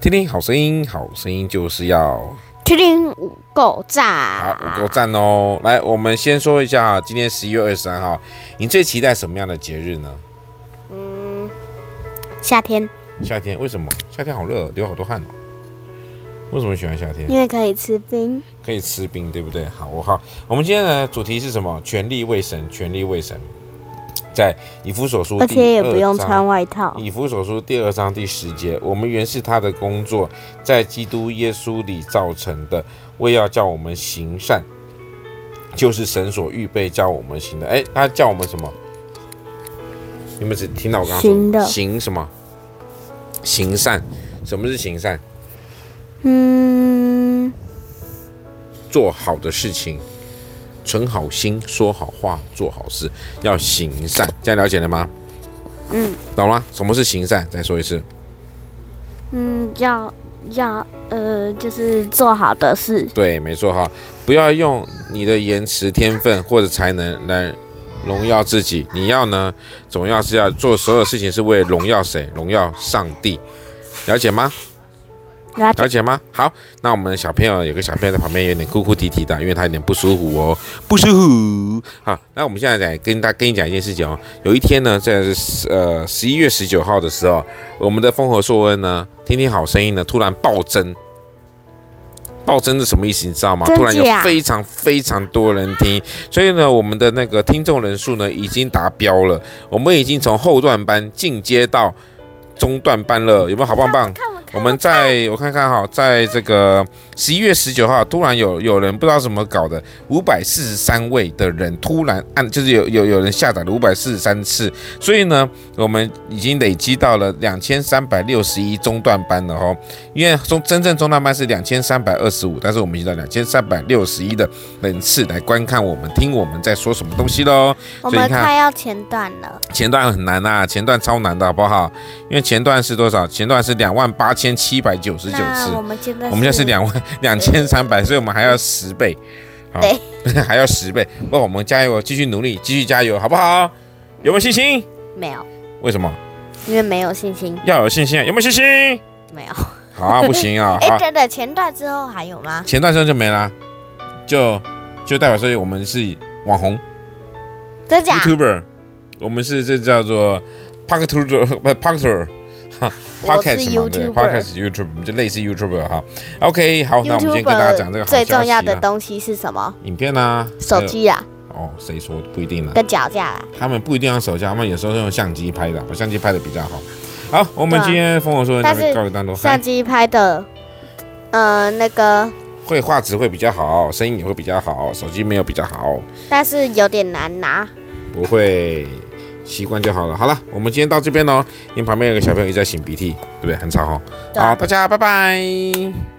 听听好声音，好声音就是要听听五够赞，好五个赞哦。来，我们先说一下哈，今天十一月二十三号，你最期待什么样的节日呢？夏天，夏天为什么？夏天好热，流好多汗哦。为什么喜欢夏天？因为可以吃冰。可以吃冰，对不对？好，我好，我们今天的主题是什么？权力卫生，权力卫生，在以弗所书而第且也不二用章穿外套。以弗所书第二章第十节，我们原是他的工作，在基督耶稣里造成的，为要叫我们行善，就是神所预备叫我们行的。哎，他叫我们什么？你们只听到我刚刚说行的行什么？行善，什么是行善？嗯，做好的事情，存好心，说好话，做好事，要行善。这样了解了吗？嗯，懂了吗？什么是行善？再说一次。嗯，要要呃，就是做好的事。对，没错哈，不要用你的延迟天分或者才能来荣耀自己。你要呢，总要是要做所有事情是为了荣耀谁？荣耀上帝，了解吗？了了解吗？好，那我们小朋友有个小朋友在旁边有点哭哭啼啼的，因为他有点不舒服哦，不舒服。好，那我们现在来跟大跟你讲一件事情哦。有一天呢，在呃十一月十九号的时候，我们的风和硕恩呢，听听好声音呢，突然暴增。暴增是什么意思？你知道吗？真突然有假非常非常多人听，所以呢，我们的那个听众人数呢已经达标了。我们已经从后段班进阶到中段班了，有没有好棒棒？看我看我们在我看看哈，在这个十一月十九号，突然有有人不知道怎么搞的，五百四十三位的人突然按，就是有有有人下载了五百四十三次，所以呢，我们已经累积到了两千三百六十一中段班了哦。因为中真正中段班是两千三百二十五，但是我们已经到两千三百六十一的人次来观看我们听我们在说什么东西喽。我所以们你看快要前段了，前段很难呐、前段超难的好不好？因为前段是多少？前段是两万八千七百九十九次那。我们现在我们现在是两万两千三百，所以我们还要十倍，好， 还要十倍。那我们加油，继续努力，继续加油，好不好？有没有信心？没有，为什么因为没有信心，要有信心啊？有没有信心？没有。好啊，不行啊， 哎、好，真的，前段之后还有吗？前段时间就没啦，就就代表说我们是网红真假？ YouTuber，我们是这叫做 Pocketer 不 Pocketer。哈我是 Podcast 嘛，对 YouTuber ，Podcast YouTube 就类似 YouTuber 哈。OK，好，哦那我们先 YouTube 跟大家讲这个好消最息啊重要的啦东西是什么？影片啊，手机啊，还有哦，谁说不一定呢？跟脚架啊啦。他们不一定要手机，他们有时候是用相机拍的，把相机拍的比较好。好，我们对啊今天风火说但那是边告一段落，相机拍的，呃，那个，会画质会比较好，声音也会比较好，手机没有比较好，但是有点难拿。不会习惯就好了。好了，我们今天到这边喽，因为旁边有个小朋友一直在擤鼻涕，对不对？很吵哦。对啊好，大家拜拜。